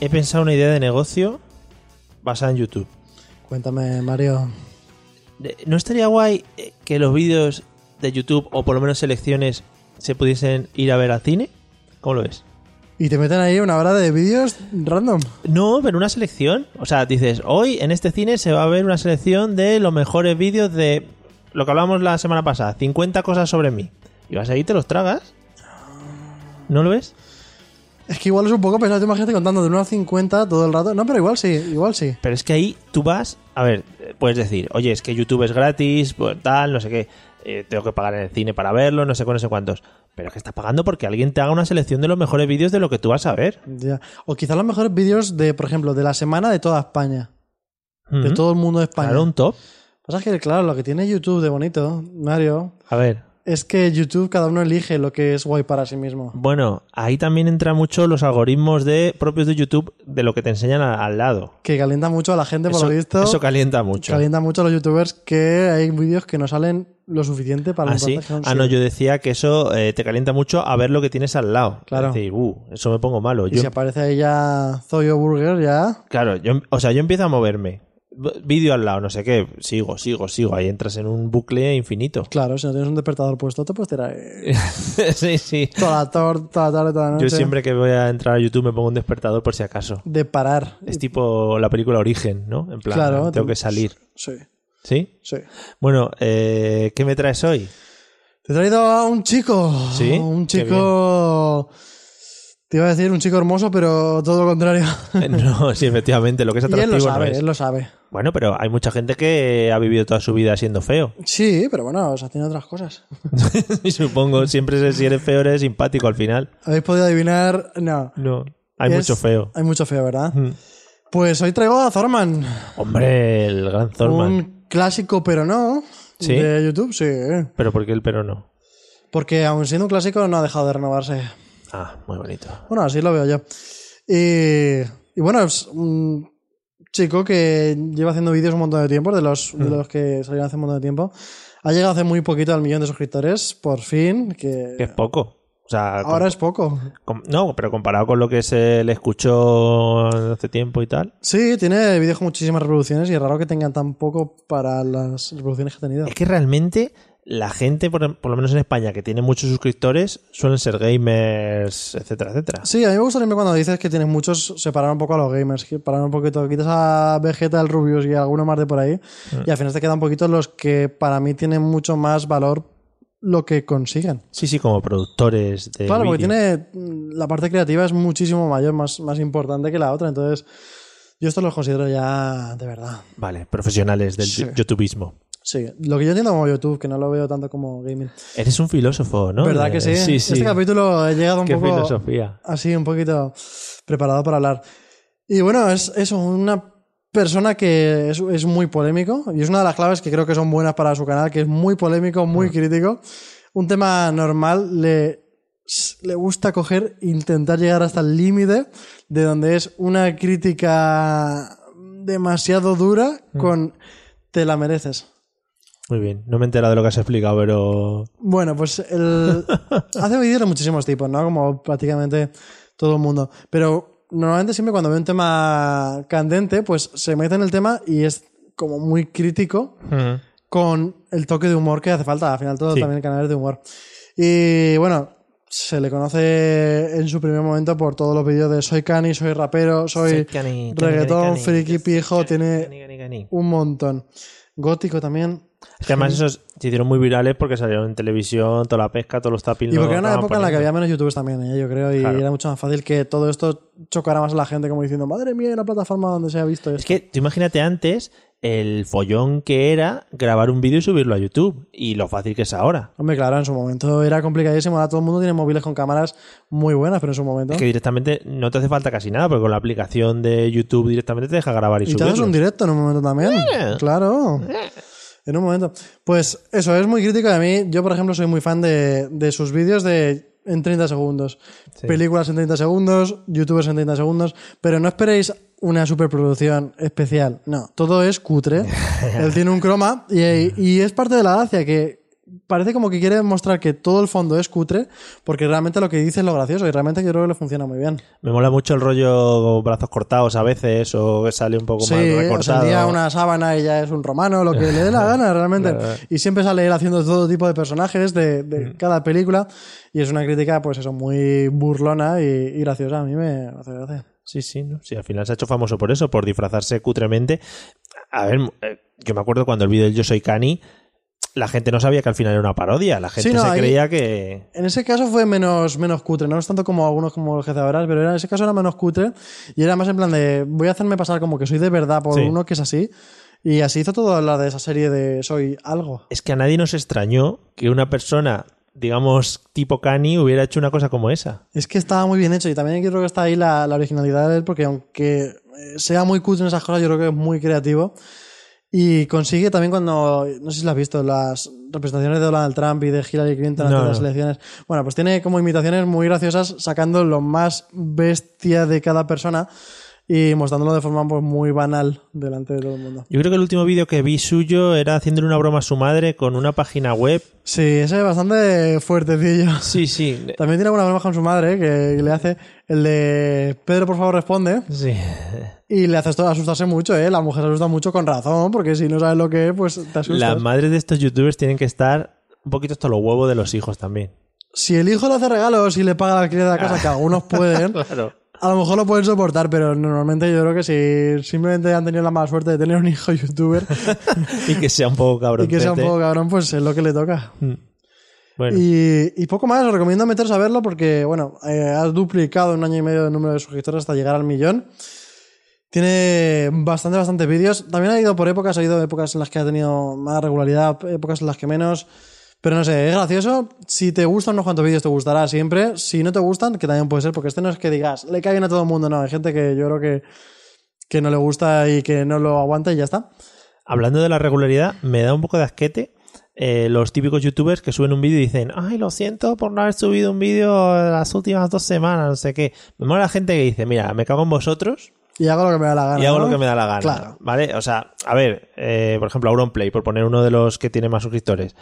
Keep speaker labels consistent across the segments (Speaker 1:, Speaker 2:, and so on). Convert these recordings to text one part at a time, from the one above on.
Speaker 1: He pensado una idea de negocio basada en YouTube.
Speaker 2: Cuéntame, Mario.
Speaker 1: De- ¿No estaría guay eh, que los vídeos de YouTube, o por lo menos selecciones, se pudiesen ir a ver al cine? ¿Cómo lo ves?
Speaker 2: ¿Y te meten ahí una hora de vídeos random?
Speaker 1: No, pero una selección. O sea, dices, hoy en este cine se va a ver una selección de los mejores vídeos de lo que hablamos la semana pasada, 50 cosas sobre mí. Y vas ahí y te los tragas. ¿No lo ves?
Speaker 2: Es que igual es un poco pesado, te imagínate contando de 1 a 50 todo el rato. No, pero igual sí, igual sí.
Speaker 1: Pero es que ahí tú vas, a ver, eh, puedes decir, oye, es que YouTube es gratis, pues, tal, no sé qué, eh, tengo que pagar en el cine para verlo, no sé cuándo, no sé cuántos. Pero es que estás pagando porque alguien te haga una selección de los mejores vídeos de lo que tú vas a ver.
Speaker 2: Ya. O quizás los mejores vídeos de, por ejemplo, de la semana de toda España. De
Speaker 1: Ujú.
Speaker 2: todo el mundo de España.
Speaker 1: Claro, un top.
Speaker 2: Pasa que, claro, lo que tiene YouTube de bonito, Mario,
Speaker 1: A ver,
Speaker 2: es que YouTube cada uno elige lo que es guay para sí mismo.
Speaker 1: bueno, ahí también entran mucho los algoritmos de propios de YouTube de lo que te enseñan a- al lado.
Speaker 2: Que calienta mucho a la gente, por
Speaker 1: Eso,
Speaker 2: lo visto.
Speaker 1: eso calienta mucho.
Speaker 2: Calienta mucho a los youtubers que hay vídeos que no salen lo suficiente para
Speaker 1: ¿Ah,
Speaker 2: los
Speaker 1: sí?
Speaker 2: que son
Speaker 1: Ah, no,
Speaker 2: siete.
Speaker 1: yo decía que eso eh, te calienta mucho a ver lo que tienes al lado.
Speaker 2: Claro.
Speaker 1: Es decir, "Uh, eso me pongo malo.
Speaker 2: Y
Speaker 1: Yo
Speaker 2: si aparece ahí ya Zoyo Burger, ya.
Speaker 1: Claro, yo, o sea, yo empiezo a moverme. B- Vídeo al lado, no sé qué. Sigo, sigo, sigo. Ahí entras en un bucle infinito.
Speaker 2: Claro, si no tienes un despertador puesto, te puedes tirar ahí
Speaker 1: sí, sí.
Speaker 2: toda la, tor- toda la tarde, toda la noche.
Speaker 1: Yo siempre que voy a entrar a YouTube me pongo un despertador por si acaso.
Speaker 2: De parar.
Speaker 1: Es tipo la película Origen, ¿no? En plan,
Speaker 2: Claro,
Speaker 1: tengo
Speaker 2: te-
Speaker 1: que salir.
Speaker 2: Sí,
Speaker 1: ¿Sí?
Speaker 2: sí.
Speaker 1: Bueno, eh, ¿qué me traes hoy?
Speaker 2: Te he traído a un chico.
Speaker 1: Sí,
Speaker 2: Un
Speaker 1: qué
Speaker 2: chico. Te iba a decir un chico hermoso, pero todo lo contrario.
Speaker 1: Eh, No, sí, efectivamente, lo que es
Speaker 2: Y él
Speaker 1: atractivo
Speaker 2: lo
Speaker 1: no
Speaker 2: sabe,
Speaker 1: es.
Speaker 2: él lo sabe.
Speaker 1: Bueno, pero hay mucha gente que ha vivido toda su vida siendo feo.
Speaker 2: Sí, pero bueno, se hacen otras cosas.
Speaker 1: Y Supongo, siempre se- si eres feo eres simpático al final.
Speaker 2: ¿Habéis podido adivinar? No.
Speaker 1: No, hay
Speaker 2: Es-
Speaker 1: mucho feo. Hmm.
Speaker 2: Hay mucho feo, ¿verdad? Pues hoy traigo a Zorman.
Speaker 1: Hombre, el gran Zorman.
Speaker 2: Un clásico, pero no.
Speaker 1: ¿Sí?
Speaker 2: De YouTube, sí.
Speaker 1: Pero ¿por qué el pero no?
Speaker 2: Porque aun siendo un clásico, no ha dejado de renovarse.
Speaker 1: Ah, muy bonito.
Speaker 2: Bueno, así lo veo yo. Y, y bueno, es un chico que lleva haciendo vídeos un montón de tiempo, de los, de los que salieron hace un montón de tiempo. Ha llegado hace muy poquito al millón de suscriptores, por fin, que
Speaker 1: Que es poco. O sea, com-
Speaker 2: ahora es poco.
Speaker 1: com- no, pero comparado con lo que se le escuchó hace tiempo y tal.
Speaker 2: Sí, tiene vídeos con muchísimas reproducciones y es raro que tengan tan poco para las reproducciones que ha tenido.
Speaker 1: Es que realmente la gente, por, por lo menos en España, que tiene muchos suscriptores, suelen ser gamers, etcétera, etcétera.
Speaker 2: Sí, a mí me gusta siempre cuando dices que tienes muchos, separar un poco a los gamers, que parar un poquito, quitas a Vegeta, el Rubius y alguno más de por ahí,
Speaker 1: Mm.
Speaker 2: y al final te quedan poquitos los que para mí tienen mucho más valor lo que consiguen.
Speaker 1: Sí, sí, como productores de.
Speaker 2: Claro, porque
Speaker 1: vídeo.
Speaker 2: tiene mm, la parte creativa es muchísimo mayor, más, más importante que la otra, entonces yo esto los considero ya de verdad.
Speaker 1: Vale, profesionales del
Speaker 2: Sí.
Speaker 1: yo- youtubismo.
Speaker 2: Sí, lo que yo entiendo como YouTube, que no lo veo tanto como gaming.
Speaker 1: Eres un filósofo, ¿no?
Speaker 2: ¿Verdad que
Speaker 1: Eh,
Speaker 2: sí?
Speaker 1: Sí, sí.
Speaker 2: Este capítulo he llegado un
Speaker 1: Qué
Speaker 2: poco...
Speaker 1: filosofía.
Speaker 2: así un poquito preparado para hablar. Y bueno, es eso, una persona que es, es muy polémico y es una de las claves que creo que son buenas para su canal, que es muy polémico, muy crítico. Un tema normal le, le gusta coger, intentar llegar hasta el límite de donde es una crítica demasiado dura con te la mereces.
Speaker 1: Muy bien. No me he enterado de lo que has explicado, pero.
Speaker 2: Bueno, pues el... hace vídeos de muchísimos tipos, ¿no? Como prácticamente todo el mundo. Pero normalmente siempre cuando veo un tema candente, pues se mete en el tema y es como muy crítico
Speaker 1: Ujú.
Speaker 2: con el toque de humor que hace falta. Al final todo
Speaker 1: Sí.
Speaker 2: también el canal es de humor. Y bueno, se le conoce en su primer momento por todos los vídeos de soy cani, soy rapero, soy
Speaker 1: cani, cani,
Speaker 2: reggaetón,
Speaker 1: cani, cani.
Speaker 2: friki, pijo,
Speaker 1: Cani,
Speaker 2: tiene
Speaker 1: cani, cani, cani.
Speaker 2: un montón. Gótico también.
Speaker 1: Es que además esos se hicieron muy virales porque salieron en televisión, toda la pesca, todos los tapings.
Speaker 2: Y porque
Speaker 1: los
Speaker 2: era una
Speaker 1: estaban
Speaker 2: época en la que
Speaker 1: poniendo.
Speaker 2: había menos youtubers también, ¿eh? yo creo, y
Speaker 1: Claro.
Speaker 2: era mucho más fácil que todo esto chocara más a la gente como diciendo, madre mía, la plataforma donde se ha visto esto.
Speaker 1: Es que tú imagínate antes el follón que era grabar un vídeo y subirlo a YouTube y lo fácil que es ahora.
Speaker 2: Hombre, claro, en su momento era complicadísimo, ahora todo el mundo tiene móviles con cámaras muy buenas, pero en su momento...
Speaker 1: Es que directamente no te hace falta casi nada porque con la aplicación de YouTube directamente te deja grabar y,
Speaker 2: Y te haces
Speaker 1: subirlo.
Speaker 2: un directo en un momento también. Claro. En un momento. Pues eso, es muy crítico de mí. Yo, por ejemplo, soy muy fan de, de sus vídeos de en 30 segundos. Películas en 30 segundos, youtubers en 30 segundos. Pero no esperéis una superproducción especial. No, todo es cutre. Él tiene un croma y, y es parte de la gracia que parece como que quiere mostrar que todo el fondo es cutre porque realmente lo que dice es lo gracioso y realmente yo creo que le funciona muy bien.
Speaker 1: Me mola mucho el rollo brazos cortados a veces o que sale un poco
Speaker 2: Sí,
Speaker 1: más
Speaker 2: o sea,
Speaker 1: recortado.
Speaker 2: el día una sábana y ya es un romano, lo que le dé la gana realmente. Y siempre sale él haciendo todo tipo de personajes de, de
Speaker 1: Mm.
Speaker 2: cada película. Y es una crítica, pues eso, muy burlona y, y graciosa. A mí me hace gracia.
Speaker 1: Sí, sí, ¿no? sí, al final se ha hecho famoso por eso, por disfrazarse cutremente. A ver, eh, yo me acuerdo cuando el vídeo del Yo Soy Cani, la gente no sabía que al final era una parodia, la gente
Speaker 2: Sí, no,
Speaker 1: se
Speaker 2: ahí-
Speaker 1: creía que...
Speaker 2: En ese caso fue menos, menos cutre, no es tanto como algunos como los jefeadoras, pero era- en ese caso era menos cutre y era más en plan de voy a hacerme pasar como que soy de verdad por
Speaker 1: Sí.
Speaker 2: uno que es así. Y así hizo toda la de esa serie de Soy algo.
Speaker 1: Es que a nadie nos extrañó que una persona, digamos, tipo Cani, hubiera hecho una cosa como esa.
Speaker 2: Es que estaba muy bien hecho y también creo que está ahí la, la originalidad de él, porque aunque eh, sea muy cutre en esas cosas, yo creo que es muy creativo. Y consigue también cuando, no sé si lo has visto, las representaciones de Donald Trump y de Hillary Clinton
Speaker 1: No,
Speaker 2: antes de las
Speaker 1: no.
Speaker 2: elecciones. Bueno, pues tiene como imitaciones muy graciosas, sacando lo más bestia de cada persona y mostrándolo de forma pues, muy banal delante de todo el mundo.
Speaker 1: Yo creo que el último vídeo que vi suyo era haciéndole una broma a su madre con una página web.
Speaker 2: Sí, ese es bastante fuertecillo.
Speaker 1: Sí, sí.
Speaker 2: También tiene alguna broma con su madre ¿eh? que que le hace el de Pedro, por favor, responde.
Speaker 1: Sí.
Speaker 2: Y le haces todo asustarse mucho, ¿eh? La mujer se asusta mucho con razón, porque si no sabes lo que es, pues te asustas.
Speaker 1: Las madres de estos youtubers tienen que estar un poquito hasta los huevos de los hijos también.
Speaker 2: Si el hijo le hace regalos y le paga la alquiler de la casa, que algunos pueden,
Speaker 1: Claro.
Speaker 2: a lo mejor lo pueden soportar, pero normalmente yo creo que si simplemente han tenido la mala suerte de tener un hijo youtuber
Speaker 1: Y que sea un poco cabrón.
Speaker 2: y que sea un poco cabrón, pues es lo que le toca.
Speaker 1: Bueno,
Speaker 2: Y, y poco más, os recomiendo meteros a verlo porque, bueno, eh, has duplicado en un año y medio el número de suscriptores hasta llegar al millón. Tiene bastante, bastantes vídeos. También ha ido por épocas, ha ido épocas en las que ha tenido más regularidad, épocas en las que menos. Pero no sé, es gracioso. Si te gustan unos cuantos vídeos, te gustará siempre. Si no te gustan, que también puede ser, porque este no es que digas, le cae bien a todo el mundo, no. Hay gente que yo creo que, que no le gusta y que no lo aguanta y ya está.
Speaker 1: hablando de la regularidad, me da un poco de asquete eh, los típicos youtubers que suben un vídeo y dicen, ay, lo siento por no haber subido un vídeo las últimas dos semanas, no sé qué. Me mola la gente que dice, mira, me cago en vosotros
Speaker 2: Y hago lo que me da la gana.
Speaker 1: y hago
Speaker 2: ¿no?
Speaker 1: lo que me da la gana.
Speaker 2: Claro.
Speaker 1: ¿Vale? O sea, a ver, eh, por ejemplo, Auronplay, por poner uno de los que tiene más suscriptores.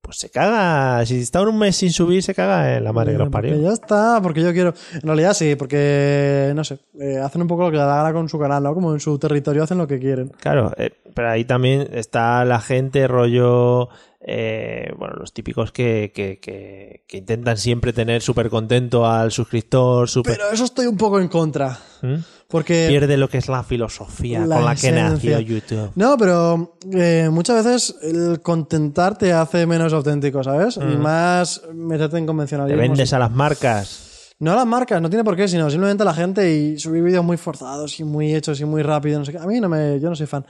Speaker 1: Pues se caga, si está un mes sin subir, se caga en la madre que los
Speaker 2: Eh, Porque
Speaker 1: parió.
Speaker 2: Ya está, porque yo quiero. En realidad sí, porque no sé, eh, hacen un poco lo que le da la gana con su canal, ¿no? Como en su territorio hacen lo que quieren.
Speaker 1: Claro, eh, pero ahí también está la gente, rollo, eh, bueno, los típicos que, que- que- que intentan siempre tener súper contento al suscriptor, súper...
Speaker 2: Pero eso estoy un poco en contra.
Speaker 1: ¿Mm?
Speaker 2: Porque.
Speaker 1: Pierde lo que es la filosofía
Speaker 2: eh, la
Speaker 1: con la que
Speaker 2: esencia.
Speaker 1: nació YouTube.
Speaker 2: No, pero eh, muchas veces el contentar te hace menos auténtico, ¿sabes? Y más meterte en
Speaker 1: Mm. Te
Speaker 2: convencionalismo.
Speaker 1: vendes a las marcas.
Speaker 2: No a las marcas, no tiene por qué, sino simplemente a la gente y subir vídeos muy forzados y muy hechos y muy rápido, no sé qué. A mí no me, yo no soy fan.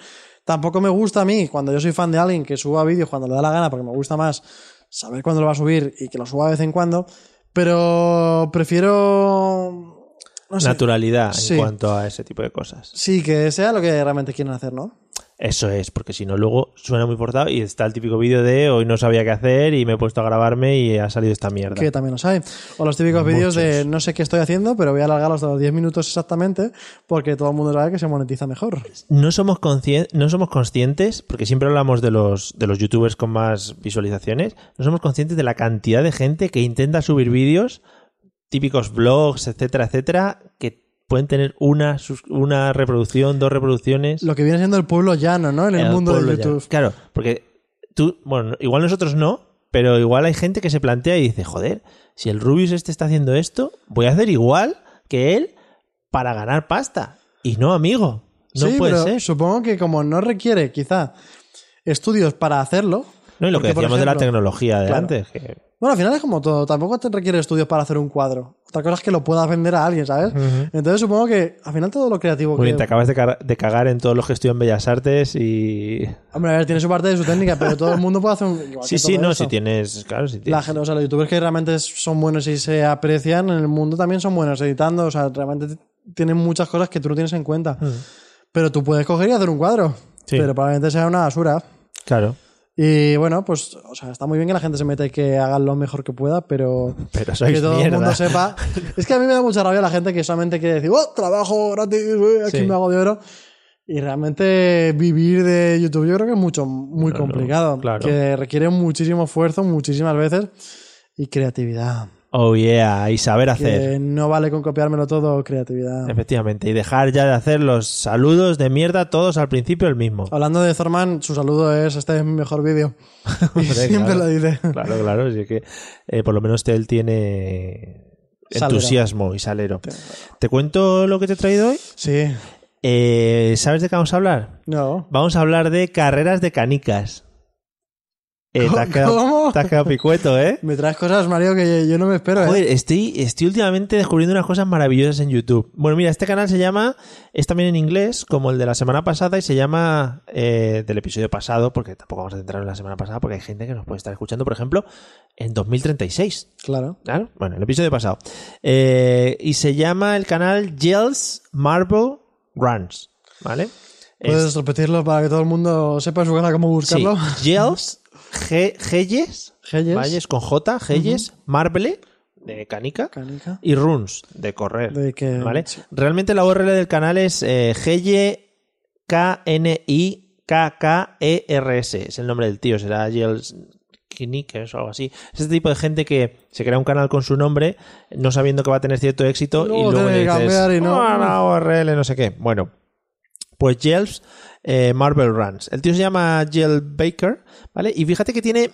Speaker 2: Tampoco me gusta a mí, cuando yo soy fan de alguien que suba vídeos cuando le da la gana, porque me gusta más saber cuándo lo va a subir y que lo suba de vez en cuando, pero prefiero... No sé.
Speaker 1: Naturalidad
Speaker 2: Sí.
Speaker 1: en cuanto a ese tipo de cosas.
Speaker 2: Sí, que sea lo que realmente quieren hacer, ¿no?
Speaker 1: Eso es, porque si no, luego suena muy forzado y está el típico vídeo de hoy no sabía qué hacer y me he puesto a grabarme y ha salido esta mierda.
Speaker 2: Que también los hay. O los típicos vídeos de no sé qué estoy haciendo, pero voy a alargarlos de los 10 minutos exactamente, porque todo el mundo sabe que se monetiza mejor.
Speaker 1: no somos, conscien- no somos conscientes, porque siempre hablamos de los, de los youtubers con más visualizaciones, no somos conscientes de la cantidad de gente que intenta subir vídeos, típicos blogs, etcétera, etcétera, que pueden tener una, sus- una reproducción, dos reproducciones.
Speaker 2: Lo que viene siendo el pueblo llano, ¿no? En el, mundo de
Speaker 1: pueblo ya.
Speaker 2: YouTube.
Speaker 1: Claro, porque tú, bueno, igual nosotros no, pero igual hay gente que se plantea y dice, joder, si el Rubius este está haciendo esto, voy a hacer igual que él para ganar pasta. Y no, amigo, no
Speaker 2: sí,
Speaker 1: puede
Speaker 2: pero
Speaker 1: ser.
Speaker 2: Supongo que como no requiere, quizá, estudios para hacerlo.
Speaker 1: No, y lo
Speaker 2: Porque,
Speaker 1: que
Speaker 2: por
Speaker 1: decíamos de la
Speaker 2: ejemplo,
Speaker 1: tecnología de
Speaker 2: claro.
Speaker 1: antes. que-
Speaker 2: Bueno, al final es como todo, tampoco te requiere estudios para hacer un cuadro. Otra cosa es que lo puedas vender a alguien, ¿sabes? Entonces supongo que al final todo lo creativo
Speaker 1: Muy bien, te
Speaker 2: que...
Speaker 1: acabas de, car- de cagar en todos los que estudian Bellas Artes y...
Speaker 2: Hombre, a ver, tiene su parte de su técnica, pero todo el mundo puede hacer un... igual
Speaker 1: Sí,
Speaker 2: que
Speaker 1: sí,
Speaker 2: todo
Speaker 1: no,
Speaker 2: esto.
Speaker 1: si tienes... Claro, si tienes...
Speaker 2: La gente, o sea, los youtubers que realmente son buenos y se aprecian en el mundo también son buenos editando, o sea, realmente t- tienen muchas cosas que tú no tienes en cuenta. Pero tú puedes coger y hacer un cuadro,
Speaker 1: Sí.
Speaker 2: pero probablemente sea una basura.
Speaker 1: Claro,
Speaker 2: Y bueno, pues, o sea, está muy bien que la gente se meta y que haga lo mejor que pueda, pero
Speaker 1: pero sois
Speaker 2: que todo
Speaker 1: mierda.
Speaker 2: el mundo sepa. Es que a mí me da mucha rabia la gente que solamente quiere decir, oh, trabajo gratis, eh, aquí
Speaker 1: Sí.
Speaker 2: me hago de oro. Y realmente vivir de YouTube yo creo que es mucho, muy
Speaker 1: Claro,
Speaker 2: complicado.
Speaker 1: claro.
Speaker 2: Que requiere muchísimo esfuerzo, muchísimas veces, y creatividad.
Speaker 1: Oh yeah, y saber hacer.
Speaker 2: Que no vale con copiármelo todo, creatividad.
Speaker 1: Efectivamente, y dejar ya de hacer los saludos de mierda todos al principio el mismo.
Speaker 2: Hablando de Thorman, su saludo es, este es mi mejor vídeo. Y
Speaker 1: Hombre,
Speaker 2: siempre
Speaker 1: claro.
Speaker 2: lo dice.
Speaker 1: Claro, claro, así que eh, por lo menos él tiene
Speaker 2: Salero.
Speaker 1: entusiasmo y salero. ¿Te cuento lo que te he traído hoy?
Speaker 2: Sí,
Speaker 1: Eh, ¿Sabes de qué vamos a hablar?
Speaker 2: no.
Speaker 1: Vamos a hablar de carreras de canicas. Eh, te, has quedado,
Speaker 2: ¿Cómo?
Speaker 1: te has quedado picueto, ¿eh?
Speaker 2: Me traes cosas, Mario, que yo no me espero. ¿eh?
Speaker 1: Joder, estoy, estoy últimamente descubriendo unas cosas maravillosas en YouTube. Bueno, mira, este canal se llama, es también en inglés, como el de la semana pasada, y se llama eh, del episodio pasado, porque tampoco vamos a centrarnos en la semana pasada, porque hay gente que nos puede estar escuchando, por ejemplo, en 2036.
Speaker 2: Claro.
Speaker 1: Claro. Bueno, el episodio pasado. Eh, y se llama el canal Gels Marble Runs. ¿Vale?
Speaker 2: ¿Puedes repetirlo para que todo el mundo sepa en su cara cómo
Speaker 1: sí.
Speaker 2: buscarlo?
Speaker 1: Gels, Ge- Gelles,
Speaker 2: Gelles.
Speaker 1: Valles con J, Gelles, Marble, de canica,
Speaker 2: Canica.
Speaker 1: y Runs, de correr.
Speaker 2: De que-
Speaker 1: ¿Vale?
Speaker 2: sí.
Speaker 1: Realmente la URL del canal es eh, Gelle K N I K K E R S. Es el nombre del tío, será Gels Knickers o algo así. Es este tipo de gente que se crea un canal con su nombre, no sabiendo que va a tener cierto éxito,
Speaker 2: Luego
Speaker 1: y luego
Speaker 2: tiene
Speaker 1: le
Speaker 2: que cambiar
Speaker 1: dices,
Speaker 2: y no-
Speaker 1: "Ah, la URL, no sé qué. Bueno, pues Gels eh, Marble Runs. El tío se llama Gel Baker, ¿vale? Y fíjate que tiene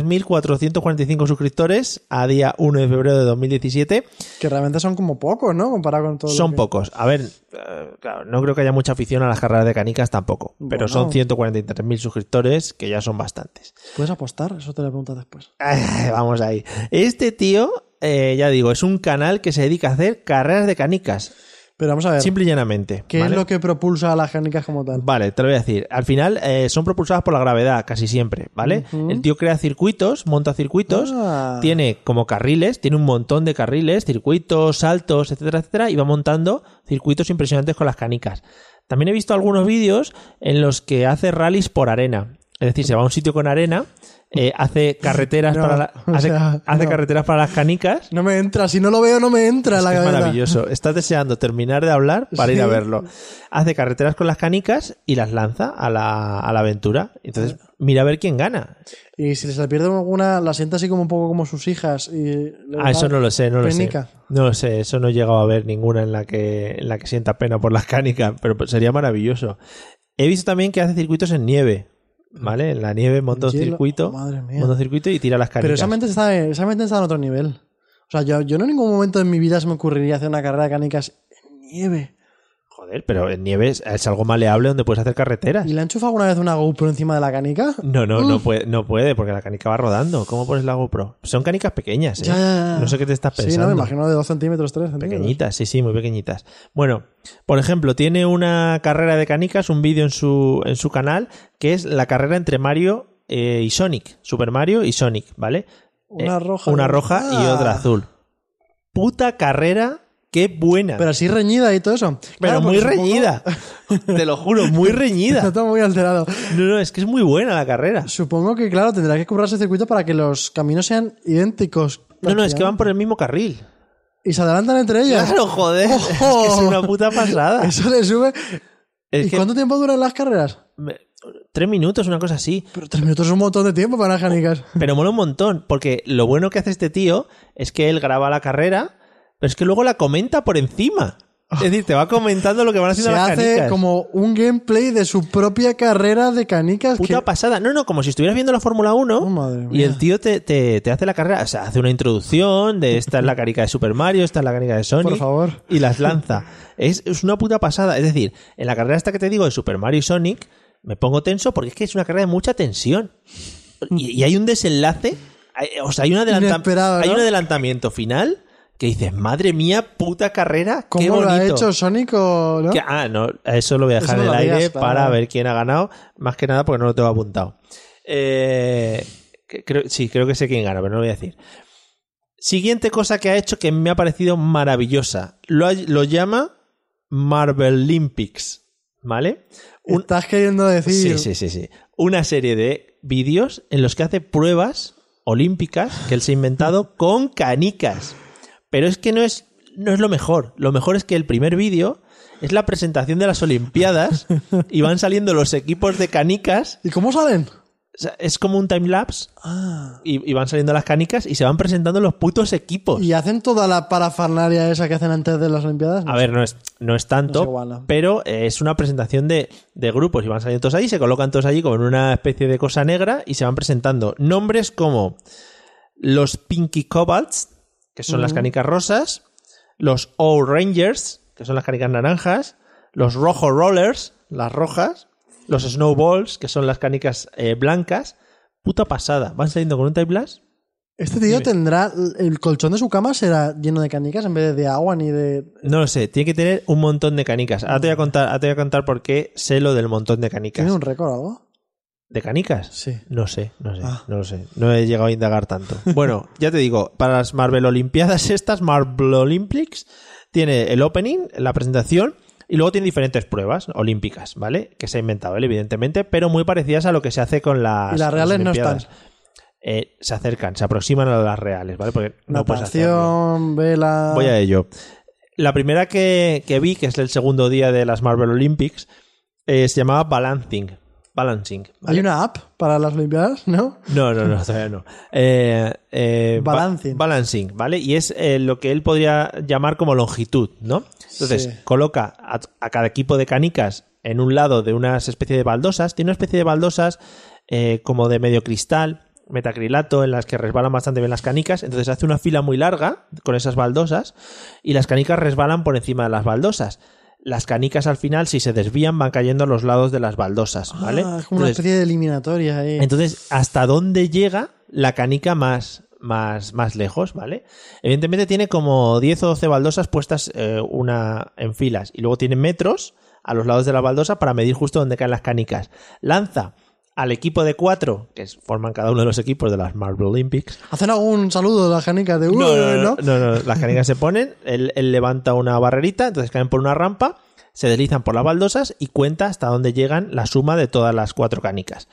Speaker 1: 143.445 suscriptores a día 1 de febrero de 2017.
Speaker 2: Que realmente son como pocos, ¿no? Comparado con todo. lo
Speaker 1: Son
Speaker 2: que-
Speaker 1: pocos. A ver, eh, claro, no creo que haya mucha afición a las carreras de canicas tampoco, pero
Speaker 2: Bueno.
Speaker 1: son 143.000 suscriptores, que ya son bastantes.
Speaker 2: ¿Puedes apostar? Eso te lo pregunto después.
Speaker 1: Vamos ahí. Este tío, eh, ya digo, es un canal que se dedica a hacer carreras de canicas,
Speaker 2: Pero vamos a ver.
Speaker 1: simple y llanamente.
Speaker 2: ¿Qué
Speaker 1: ¿vale?
Speaker 2: es lo que propulsa a las canicas como tal?
Speaker 1: Vale, te lo voy a decir. Al final eh, son propulsadas por la gravedad, casi siempre, ¿vale? El tío crea circuitos, monta circuitos,
Speaker 2: Ah.
Speaker 1: tiene como carriles, tiene un montón de carriles, circuitos, saltos, etcétera, etcétera, y va montando circuitos impresionantes con las canicas. También he visto algunos vídeos en los que hace rallies por arena. Es decir, se va a un sitio con arena, eh, hace carreteras
Speaker 2: No,
Speaker 1: para la-
Speaker 2: o
Speaker 1: hace-
Speaker 2: sea,
Speaker 1: hace
Speaker 2: no.
Speaker 1: carreteras para las canicas
Speaker 2: No me entra. Si no lo veo, no me entra en la
Speaker 1: es que es
Speaker 2: cabeza.
Speaker 1: maravilloso. Estás deseando terminar de hablar para ir a
Speaker 2: Sí.
Speaker 1: verlo. Hace carreteras con las canicas y las lanza a la, a la aventura. Entonces, mira a ver quién gana.
Speaker 2: Y si se le pierde alguna, la sienta así como un poco como sus hijas. Y
Speaker 1: Ah, eso no lo sé, no lo
Speaker 2: Penica.
Speaker 1: sé. No lo sé, eso no he llegado a ver ninguna en la que, en la que sienta pena por las canicas, pero pues sería maravilloso. He visto también que hace circuitos en nieve. ¿Vale? En la nieve monta un
Speaker 2: Hielo.
Speaker 1: circuito.
Speaker 2: Madre mía.
Speaker 1: monta un circuito y tira las canicas.
Speaker 2: Pero esa mente, está, esa mente está en otro nivel. O sea, yo, yo no en ningún momento en mi vida se me ocurriría hacer una carrera de canicas en nieve.
Speaker 1: Joder, pero en nieve es, es algo maleable donde puedes hacer carreteras.
Speaker 2: ¿Y le han enchufado alguna vez una GoPro encima de la canica?
Speaker 1: No, no, no puede, no puede, porque la canica va rodando. ¿Cómo pones la GoPro? Son canicas pequeñas, ¿eh?
Speaker 2: Ya, ya, ya.
Speaker 1: No sé qué te estás
Speaker 2: Sí, no,
Speaker 1: pensando.
Speaker 2: me imagino de 2 centímetros, 3 centímetros.
Speaker 1: Pequeñitas, sí, sí, muy pequeñitas. Bueno, por ejemplo, tiene una carrera de canicas, un vídeo en su, en su canal, que es la carrera entre Mario eh, y Sonic. Super Mario y Sonic, ¿vale?
Speaker 2: Una
Speaker 1: Eh,
Speaker 2: roja.
Speaker 1: Una roja y
Speaker 2: Ah.
Speaker 1: otra azul. Puta carrera, qué buena.
Speaker 2: Pero así reñida y todo eso.
Speaker 1: Pero
Speaker 2: Claro,
Speaker 1: muy
Speaker 2: porque supongo-
Speaker 1: reñida. Te lo juro, muy reñida.
Speaker 2: Está muy alterado.
Speaker 1: No, no, es que es muy buena la carrera.
Speaker 2: Supongo que, claro, tendrá que currarse el circuito para que los caminos sean idénticos.
Speaker 1: No, no, es que van por el mismo carril.
Speaker 2: Y se adelantan entre ellos.
Speaker 1: Claro, joder. Es que es una puta pasada.
Speaker 2: Eso le sube.
Speaker 1: Es
Speaker 2: ¿Y
Speaker 1: que
Speaker 2: cuánto tiempo duran las carreras?
Speaker 1: me- tres minutos, una cosa así.
Speaker 2: Pero tres minutos es un montón de tiempo para las canicas.
Speaker 1: Pero mola un montón, porque lo bueno que hace este tío es que él graba la carrera, pero es que luego la comenta por encima. Es decir, te va comentando lo que van
Speaker 2: Se
Speaker 1: haciendo las
Speaker 2: hace
Speaker 1: canicas.
Speaker 2: como un gameplay de su propia carrera de canicas.
Speaker 1: Puta
Speaker 2: que-
Speaker 1: pasada. No, no, como si estuvieras viendo la Fórmula 1
Speaker 2: Oh, madre
Speaker 1: y
Speaker 2: mía.
Speaker 1: el tío te, te- te hace la carrera. O sea, hace una introducción de esta es la canica de Super Mario, esta es la canica de Sonic.
Speaker 2: Por favor.
Speaker 1: Y las lanza. Es, es una puta pasada. Es decir, en la carrera esta que te digo de Super Mario y Sonic, me pongo tenso porque es que es una carrera de mucha tensión. Y, y hay un desenlace, hay- o sea, hay un, adelanta-
Speaker 2: Inesperado, ¿no?
Speaker 1: hay un adelantamiento final que dices, madre mía, puta carrera, qué
Speaker 2: ¿Cómo
Speaker 1: bonito.
Speaker 2: lo ha hecho Sonic o no?
Speaker 1: Que- ah, no, eso lo voy a
Speaker 2: Eso
Speaker 1: dejar
Speaker 2: no
Speaker 1: en el
Speaker 2: lo
Speaker 1: aire
Speaker 2: digas, claro.
Speaker 1: para ver quién ha ganado. Más que nada porque no lo tengo apuntado. Eh, que- creo- sí, creo que sé quién gana, pero no lo voy a decir. Siguiente cosa que ha hecho que me ha parecido maravillosa. Lo, ha- lo llama Marvel Olympics. ¿Vale? Un-
Speaker 2: Estás queriendo
Speaker 1: Sí,
Speaker 2: decir.
Speaker 1: sí, sí, sí. Una serie de vídeos en los que hace pruebas olímpicas que él se ha inventado con canicas. Pero es que no es, no es lo mejor. Lo mejor es que el primer vídeo es la presentación de las Olimpiadas y van saliendo los equipos de canicas.
Speaker 2: ¿Y cómo salen?
Speaker 1: O sea, es como un time lapse y, y van saliendo las canicas y se van presentando los putos equipos.
Speaker 2: ¿Y hacen toda la parafernalia esa que hacen antes de las Olimpiadas?
Speaker 1: A ver, no es, no es tanto,
Speaker 2: No es igual, ¿no?
Speaker 1: pero eh, es una presentación de, de grupos y van saliendo todos ahí, se colocan todos allí como en una especie de cosa negra y se van presentando nombres como los Pinky Cobalts, que son las canicas rosas, los O-Rangers, que son las canicas naranjas, los Rojo Rollers, las rojas, los Snowballs, que son las canicas eh, blancas. Puta pasada, van saliendo con un time lapse.
Speaker 2: Este tío tendrá. El colchón de su cama será lleno de canicas en vez de agua ni de.
Speaker 1: No lo sé, tiene que tener un montón de canicas. Ahora te voy a contar, ahora te voy a contar por qué sé lo del montón de canicas.
Speaker 2: ¿Tiene un récord o algo?
Speaker 1: ¿De canicas?
Speaker 2: Sí.
Speaker 1: No sé, no sé,
Speaker 2: Ah.
Speaker 1: no lo sé. No he llegado a indagar tanto. Bueno, ya te digo, para las Marvel Olimpiadas estas, Marvel Olympics, tiene el opening, la presentación, y luego tiene diferentes pruebas olímpicas, ¿vale? Que se ha inventado él, evidentemente, pero muy parecidas a lo que se hace con las
Speaker 2: Y las reales no están.
Speaker 1: Olimpiadas. Eh, se acercan, se aproximan a las reales, ¿vale? Porque no puedes hacerlo.
Speaker 2: Natación, vela.
Speaker 1: Voy a ello. La primera que, que vi, que es el segundo día de las Marvel Olympics, eh, se llamaba Balancing. Balancing. ¿vale?
Speaker 2: ¿Hay una app para las Olimpiadas? ¿No?
Speaker 1: No, no, no, todavía no. Eh, eh, ba-
Speaker 2: Balancing.
Speaker 1: balancing, ¿vale? Y es eh, lo que él podría llamar como longitud, ¿no? Entonces,
Speaker 2: Sí.
Speaker 1: coloca a, a cada equipo de canicas en un lado de unas especie de baldosas. Tiene una especie de baldosas eh, como de medio cristal, metacrilato, en las que resbalan bastante bien las canicas. Entonces hace una fila muy larga con esas baldosas y las canicas resbalan por encima de las baldosas. Las canicas al final, si se desvían, van cayendo a los lados de las baldosas, ¿vale?
Speaker 2: Ah, es como una
Speaker 1: Entonces,
Speaker 2: especie de eliminatoria ahí.
Speaker 1: entonces, ¿hasta dónde llega la canica más, más, más lejos, ¿vale? Evidentemente tiene como 10 o 12 baldosas puestas eh, una en filas y luego tiene metros a los lados de la baldosa para medir justo dónde caen las canicas. Lanza al equipo de cuatro, que es- forman cada uno de los equipos de las Marvel Olympics,
Speaker 2: ¿Hacen algún saludo de las canicas de.
Speaker 1: no, no, no,
Speaker 2: ¿no?
Speaker 1: no, no, Las canicas se ponen, él, él levanta una barrerita, entonces caen por una rampa, se deslizan por las baldosas y cuenta hasta dónde llegan la suma de todas las cuatro canicas.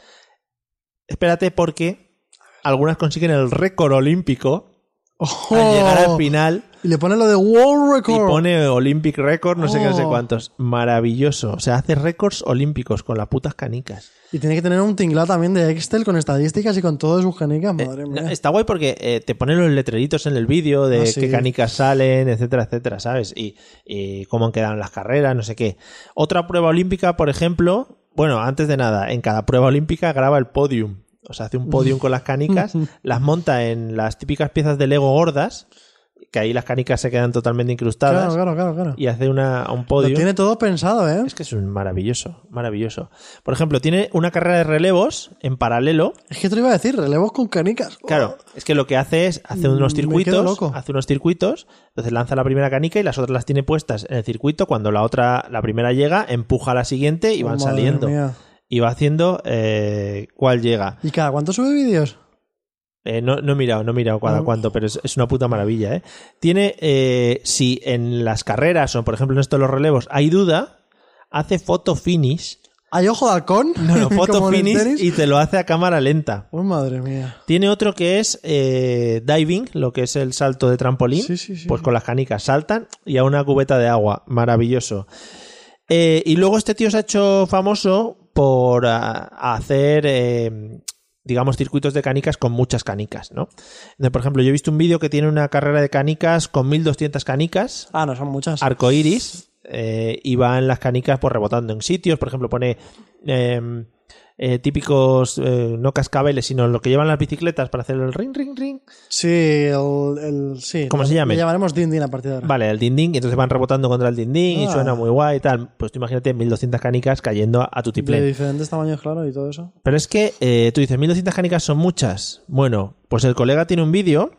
Speaker 1: Espérate porque algunas consiguen el récord olímpico
Speaker 2: Ojo.
Speaker 1: al llegar al final
Speaker 2: Oh. Y le ponen lo de World
Speaker 1: y
Speaker 2: Record.
Speaker 1: pone Olympic Record, no sé qué, no sé
Speaker 2: Oh.
Speaker 1: cuántos. Maravilloso. O sea, hace récords olímpicos con las putas canicas.
Speaker 2: Y tiene que tener un tinglado también de Excel con estadísticas y con todas sus canicas. Madre mía.
Speaker 1: Eh, No, Está guay porque eh, te ponen los letreritos en el vídeo de
Speaker 2: Ah, sí.
Speaker 1: qué canicas salen, etcétera, etcétera, ¿sabes? Y, y cómo han quedado en las carreras, no sé qué. Otra prueba olímpica, por ejemplo, bueno, antes de nada, en cada prueba olímpica graba el podium. O sea, hace un podium con las canicas, las monta en las típicas piezas de Lego gordas, que ahí las canicas se quedan totalmente incrustadas,
Speaker 2: Claro, claro, claro, claro.
Speaker 1: y hace una, un
Speaker 2: Lo
Speaker 1: podium.
Speaker 2: tiene todo pensado, ¿eh?
Speaker 1: Es que es un maravilloso, maravilloso. Por ejemplo, tiene una carrera de relevos en paralelo,
Speaker 2: Es que te lo iba a decir, relevos con canicas.
Speaker 1: Claro, es que lo que hace es hace unos
Speaker 2: Mm, me quedo
Speaker 1: circuitos,
Speaker 2: loco.
Speaker 1: hace unos circuitos, entonces lanza la primera canica y las otras las tiene puestas en el circuito. Cuando la otra, la primera llega, empuja a la siguiente y
Speaker 2: Oh,
Speaker 1: van
Speaker 2: madre
Speaker 1: saliendo.
Speaker 2: mía.
Speaker 1: Y va haciendo eh, cuál llega.
Speaker 2: ¿Y cada cuánto sube vídeos?
Speaker 1: Eh, no, no he mirado, no he mirado cada
Speaker 2: No.
Speaker 1: cuánto, pero es, es una puta maravilla, ¿eh? Tiene, eh, si en las carreras o por ejemplo en esto de los relevos hay duda, hace foto finish,
Speaker 2: ¿Hay ojo de halcón?
Speaker 1: no, no, foto
Speaker 2: Como en el
Speaker 1: finish
Speaker 2: tenis.
Speaker 1: y te lo hace a cámara lenta.
Speaker 2: Uy, madre mía.
Speaker 1: Tiene otro que es eh, diving, lo que es el salto de trampolín.
Speaker 2: Sí, sí, sí.
Speaker 1: Pues con las canicas saltan y a una cubeta de agua. Maravilloso. Eh, y luego este tío se ha hecho famoso por ah, hacer, eh, digamos, circuitos de canicas con muchas canicas, ¿no? Entonces, por ejemplo, yo he visto un vídeo que tiene una carrera de canicas con 1200 canicas
Speaker 2: Ah, no, son muchas.
Speaker 1: pues, arcoiris eh, y van las canicas por rebotando en sitios. Por ejemplo, pone eh, eh, típicos, eh, no cascabeles, sino lo que llevan las bicicletas para hacer el ring, ring, ring.
Speaker 2: Sí, el. el- sí
Speaker 1: ¿Cómo
Speaker 2: le-
Speaker 1: se llame?
Speaker 2: Le llamaremos Din Din a partir de ahora.
Speaker 1: Vale, el dindín, y entonces van rebotando contra el dindín y
Speaker 2: Ah.
Speaker 1: suena muy guay y tal. Pues tú imagínate 1200 canicas cayendo a, a tu
Speaker 2: De
Speaker 1: tiplén.
Speaker 2: diferentes tamaños, claro, y todo eso.
Speaker 1: Pero es que eh, tú dices, 1200 canicas son muchas. Bueno, pues el colega tiene un vídeo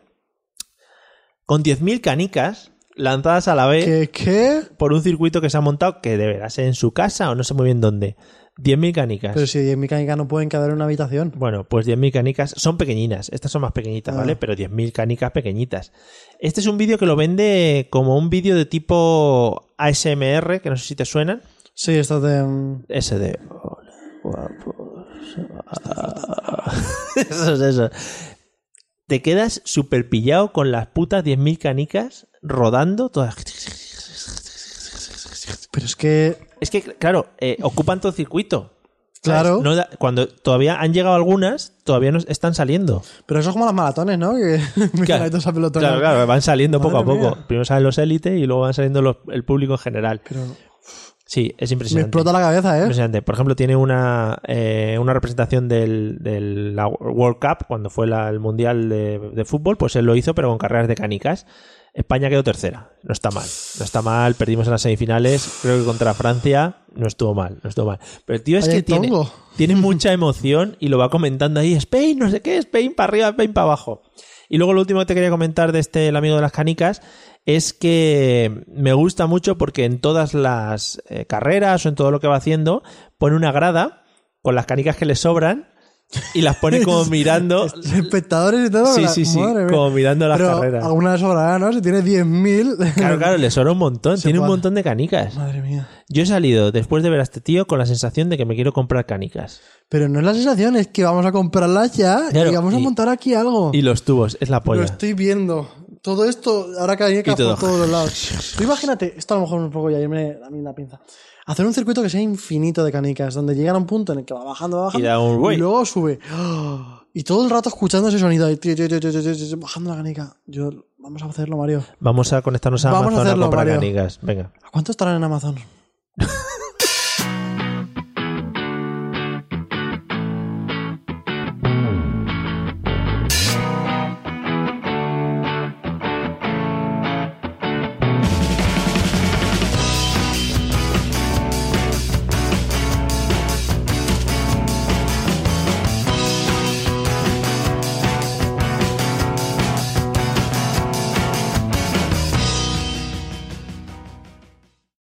Speaker 1: con 10.000 canicas lanzadas a la vez.
Speaker 2: ¿Qué? ¿Qué?
Speaker 1: por un circuito que se ha montado que deberá ser en su casa o no sé muy bien dónde. 10.000 canicas.
Speaker 2: Pero si en mecánica no pueden caber en una habitación.
Speaker 1: Bueno, pues 10.000 canicas son pequeñinas. Estas son más pequeñitas,
Speaker 2: Ah.
Speaker 1: ¿vale? Pero 10.000 canicas pequeñitas. Este es un vídeo que lo vende como un vídeo de tipo ASMR, que no sé si te suenan.
Speaker 2: Sí, esto de. mm,
Speaker 1: Ese de... "Hola, guapos". eso es eso. Te quedas súper pillado con las putas 10.000 canicas rodando todas...
Speaker 2: Pero es que.
Speaker 1: Es que, claro, eh, ocupan todo el circuito. ¿Sabes?
Speaker 2: Claro.
Speaker 1: No da- cuando todavía han llegado algunas, todavía no están saliendo.
Speaker 2: Pero eso es como las maratones, ¿no? Que claro,
Speaker 1: claro, claro, van saliendo poco a
Speaker 2: Madre
Speaker 1: poco.
Speaker 2: mía.
Speaker 1: Primero salen los élites y luego van saliendo los- el público en general.
Speaker 2: Pero
Speaker 1: Sí, es
Speaker 2: me
Speaker 1: impresionante.
Speaker 2: explota la cabeza, ¿eh?
Speaker 1: Impresionante. Por ejemplo, tiene una, eh, una representación del, de la World Cup, cuando fue la- el Mundial de, de Fútbol, pues él lo hizo, pero con carreras de canicas. España quedó tercera. No está mal. No está mal. Perdimos en las semifinales. Creo que contra Francia no estuvo mal. No estuvo mal. Pero el tío es
Speaker 2: Vaya
Speaker 1: que tiene,
Speaker 2: tongo.
Speaker 1: tiene mucha emoción y lo va comentando ahí. Spain, no sé qué, Spain para arriba, Spain para abajo. Y luego lo último que te quería comentar de este El amigo de las canicas es que me gusta mucho porque en todas las eh, carreras o en todo lo que va haciendo pone una grada con las canicas que le sobran y las pone como mirando.
Speaker 2: Espectadores y todo.
Speaker 1: Sí,
Speaker 2: la-
Speaker 1: sí, sí,
Speaker 2: madre mía.
Speaker 1: como mirando las
Speaker 2: Pero
Speaker 1: carreras.
Speaker 2: Alguna sobrará, ¿no? Si tiene 10.000.
Speaker 1: Claro, claro, le sobra un montón.
Speaker 2: Se
Speaker 1: Tiene un
Speaker 2: puede.
Speaker 1: montón de canicas.
Speaker 2: Madre mía.
Speaker 1: Yo he salido después de ver a este tío con la sensación de que me quiero comprar canicas.
Speaker 2: Pero no es la sensación, es que vamos a comprarlas ya
Speaker 1: Claro,
Speaker 2: y vamos a
Speaker 1: y-
Speaker 2: montar aquí algo.
Speaker 1: Y los tubos, es la
Speaker 2: Lo
Speaker 1: polla.
Speaker 2: estoy viendo. Todo esto, ahora que hay que
Speaker 1: Y todo.
Speaker 2: por todos los lados. Tú imagínate, esto a lo mejor un poco ya irme a mí la pinza. Hacer un circuito que sea infinito de canicas, donde llegan a un punto en el que va bajando, va bajando.
Speaker 1: Y da un güey.
Speaker 2: luego sube. Y todo el rato escuchando ese sonido ahí, tío, tío, tío, tío, tío, tío, tío, bajando la canica. Yo, vamos a hacerlo, Mario.
Speaker 1: Vamos a conectarnos a
Speaker 2: Vamos a
Speaker 1: Amazon a,
Speaker 2: hacerlo,
Speaker 1: comprar
Speaker 2: Mario.
Speaker 1: canicas. Venga.
Speaker 2: ¿A cuánto estarán en Amazon?